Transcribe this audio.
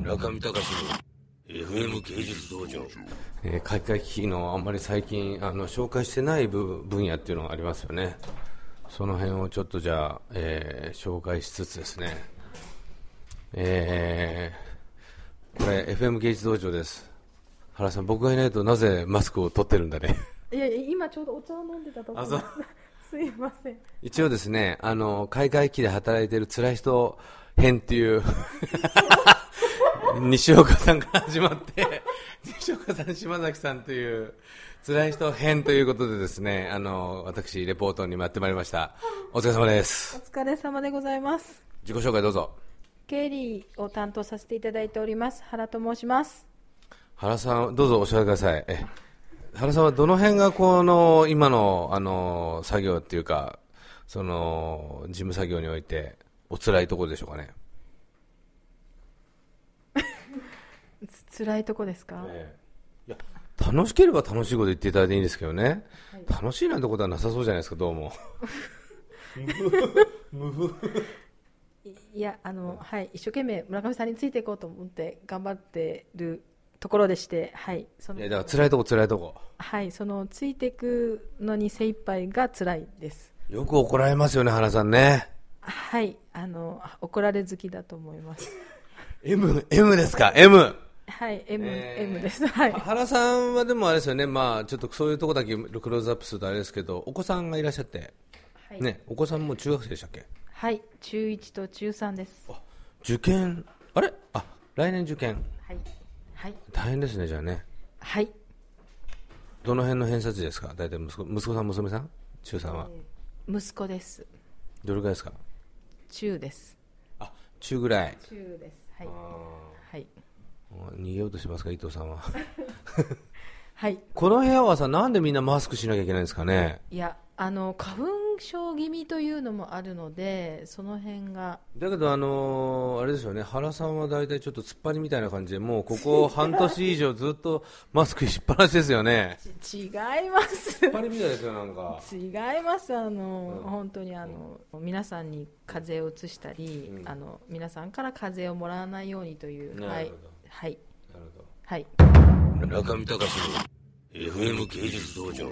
中見隆の FM 芸術道場えー、開会危機のあんまり最近あの紹介してない部分野っていうのがありますよねその辺をちょっとじゃあ、えー紹介しつつですねえーこれ FM 芸術道場です原さん僕がいないとなぜマスクを取ってるんだねいやいや今ちょうどお茶を飲んでたとこあそう すいません一応ですねあの開会期で働いてる辛い人編っていう西岡さんから始まって西岡さん島崎さんという辛い人編ということでですねあの私レポートに待ってまいりましたお疲れ様でおす疲れ様でございます自己紹介どうぞ経理を担当させていただいております原と申します原さんどうぞお座りくださいえ原さんはどの辺がこの今のあの作業っていうかその事務作業においてお辛いところでしょうかねつ辛いとこですか、ええいや楽しければ楽しいこと言っていただいていいんですけどね、楽しいなんてことはなさそうじゃないですか、どうも。いいやあの、はい一生懸命村上さんについていこうと思って頑張ってるところでしてはいそいのやだから辛いとこ、辛いとこ、はいそのついていくのに精一杯が辛いですよく怒られますよね、原さんね。はいあの怒られ好きだと思います M、M ですか、M。はい M,、えー M ですはい原さんはでもあれですよね、まあ、ちょっとそういうとこだけクローズアップするとあれですけど、お子さんがいらっしゃって、はい、ね、お子さんも中学生でしたっけはい中1と中3ですあ受験、あれあ来年受験、はいはい大変ですね、じゃあね。はいどの辺の偏差値ですか、大体息子息子さん、娘さん、中さんは。息子ですどれくらいですか中ですあ中ぐらい中ですはいはい、逃げようとしますか伊藤さんは はい、この部屋はさなんでみんなマスクしなきゃいけないんですかねいやあの花粉症気味というのもあるのでその辺がだけどあのーあれですよね原さんは大体ちょっと突っ張りみたいな感じでもうここ半年以上ずっとマスクしっぱなしですよねち違います 突っ張りみたいですよなんか違いますあの、本当にあの皆さんに風邪をうつしたり、うんあの皆さんから風邪をもらわないようにというなはるいほどはいなるほどはい中見隆の FM 芸術道場